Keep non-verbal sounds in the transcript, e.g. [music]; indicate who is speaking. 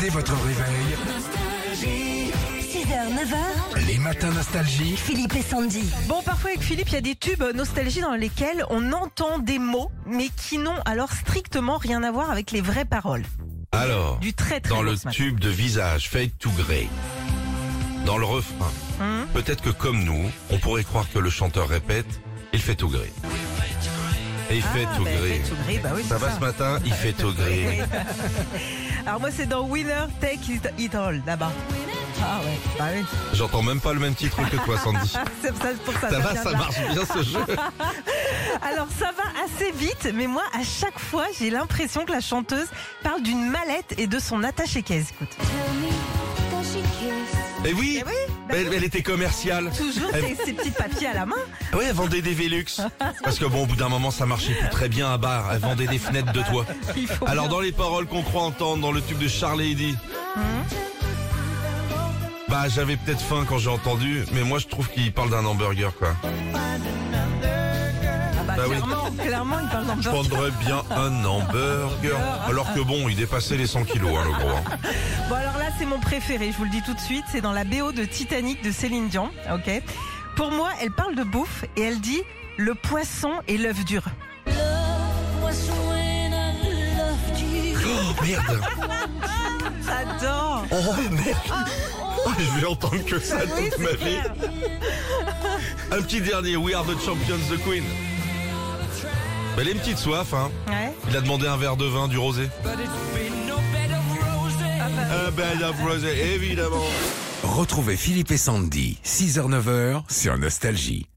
Speaker 1: Dès votre réveil,
Speaker 2: 6h, 9h,
Speaker 1: les matins nostalgie.
Speaker 2: Philippe et Sandy.
Speaker 3: Bon, parfois avec Philippe, il y a des tubes nostalgie dans lesquels on entend des mots, mais qui n'ont alors strictement rien à voir avec les vraies paroles.
Speaker 4: Alors,
Speaker 3: Du très très
Speaker 4: dans
Speaker 3: bon
Speaker 4: le
Speaker 3: ce matin.
Speaker 4: tube de visage, fade to grey, dans le refrain,
Speaker 3: Hum.
Speaker 4: peut-être que comme nous, on pourrait croire que le chanteur répète, il fait tout gré. Et il
Speaker 3: Ah,
Speaker 4: fait tout
Speaker 3: bah,
Speaker 4: gré.
Speaker 3: fait tout gré, bah oui,
Speaker 4: Ça
Speaker 3: c'est
Speaker 4: va ce matin, il fait tout gré.
Speaker 3: Alors moi, c'est dans Winner Take It, It All, là-bas. Ah ouais, bah oui.
Speaker 4: J'entends même pas le même titre que toi, Sandy.
Speaker 3: C'est [laughs] ça, c'est pour ça.
Speaker 4: Ça va,
Speaker 3: vient de
Speaker 4: ça
Speaker 3: là.
Speaker 4: marche bien ce
Speaker 3: [laughs]
Speaker 4: jeu.
Speaker 3: Alors ça va assez vite, mais moi, à chaque fois, j'ai l'impression que la chanteuse parle d'une mallette et de son attaché-caisse. Écoute.
Speaker 4: Et oui,
Speaker 3: Eh oui, bah
Speaker 4: elle, elle était commerciale.
Speaker 3: Toujours
Speaker 4: Elle-
Speaker 3: ces, ces petits papiers à la main.
Speaker 4: Oui, elle vendait des Velux. Parce que bon, au bout d'un moment, ça marchait plus très bien à bar. Elle vendait des fenêtres de toit.
Speaker 3: [laughs] Il faut
Speaker 4: Alors
Speaker 3: bien.
Speaker 4: dans les paroles qu'on croit entendre dans le tube de Charlie dit
Speaker 3: Hein
Speaker 4: Bah j'avais peut-être faim quand j'ai entendu, mais moi je trouve qu'il parle d'un hamburger quoi.
Speaker 3: Ah bah,
Speaker 4: Bah oui.
Speaker 3: clairement, clairement, il parle dans
Speaker 4: Je prendrais bien un hamburger. Alors que bon, il dépassait les 100 kilos hein, le gros.
Speaker 3: [laughs]
Speaker 4: hein.
Speaker 3: Bon alors là c'est mon préféré, je vous le dis tout de suite, c'est dans la BO de Titanic de Céline Dion, ok Pour moi, elle parle de bouffe et elle dit le poisson et l'œuf dur.
Speaker 4: Oh merde
Speaker 3: J'adore
Speaker 4: Oh merde Oh, Je vais entendre que ça toute ma vie. Un petit dernier, We Are the Champions, The Queen. Mais les petites soifs, hein.
Speaker 3: Ouais.
Speaker 4: Il a demandé un verre de vin, du rosé. Un bel of rosé, évidemment.
Speaker 1: Retrouvez Philippe et Sandy, 6h-9h sur Nostalgie.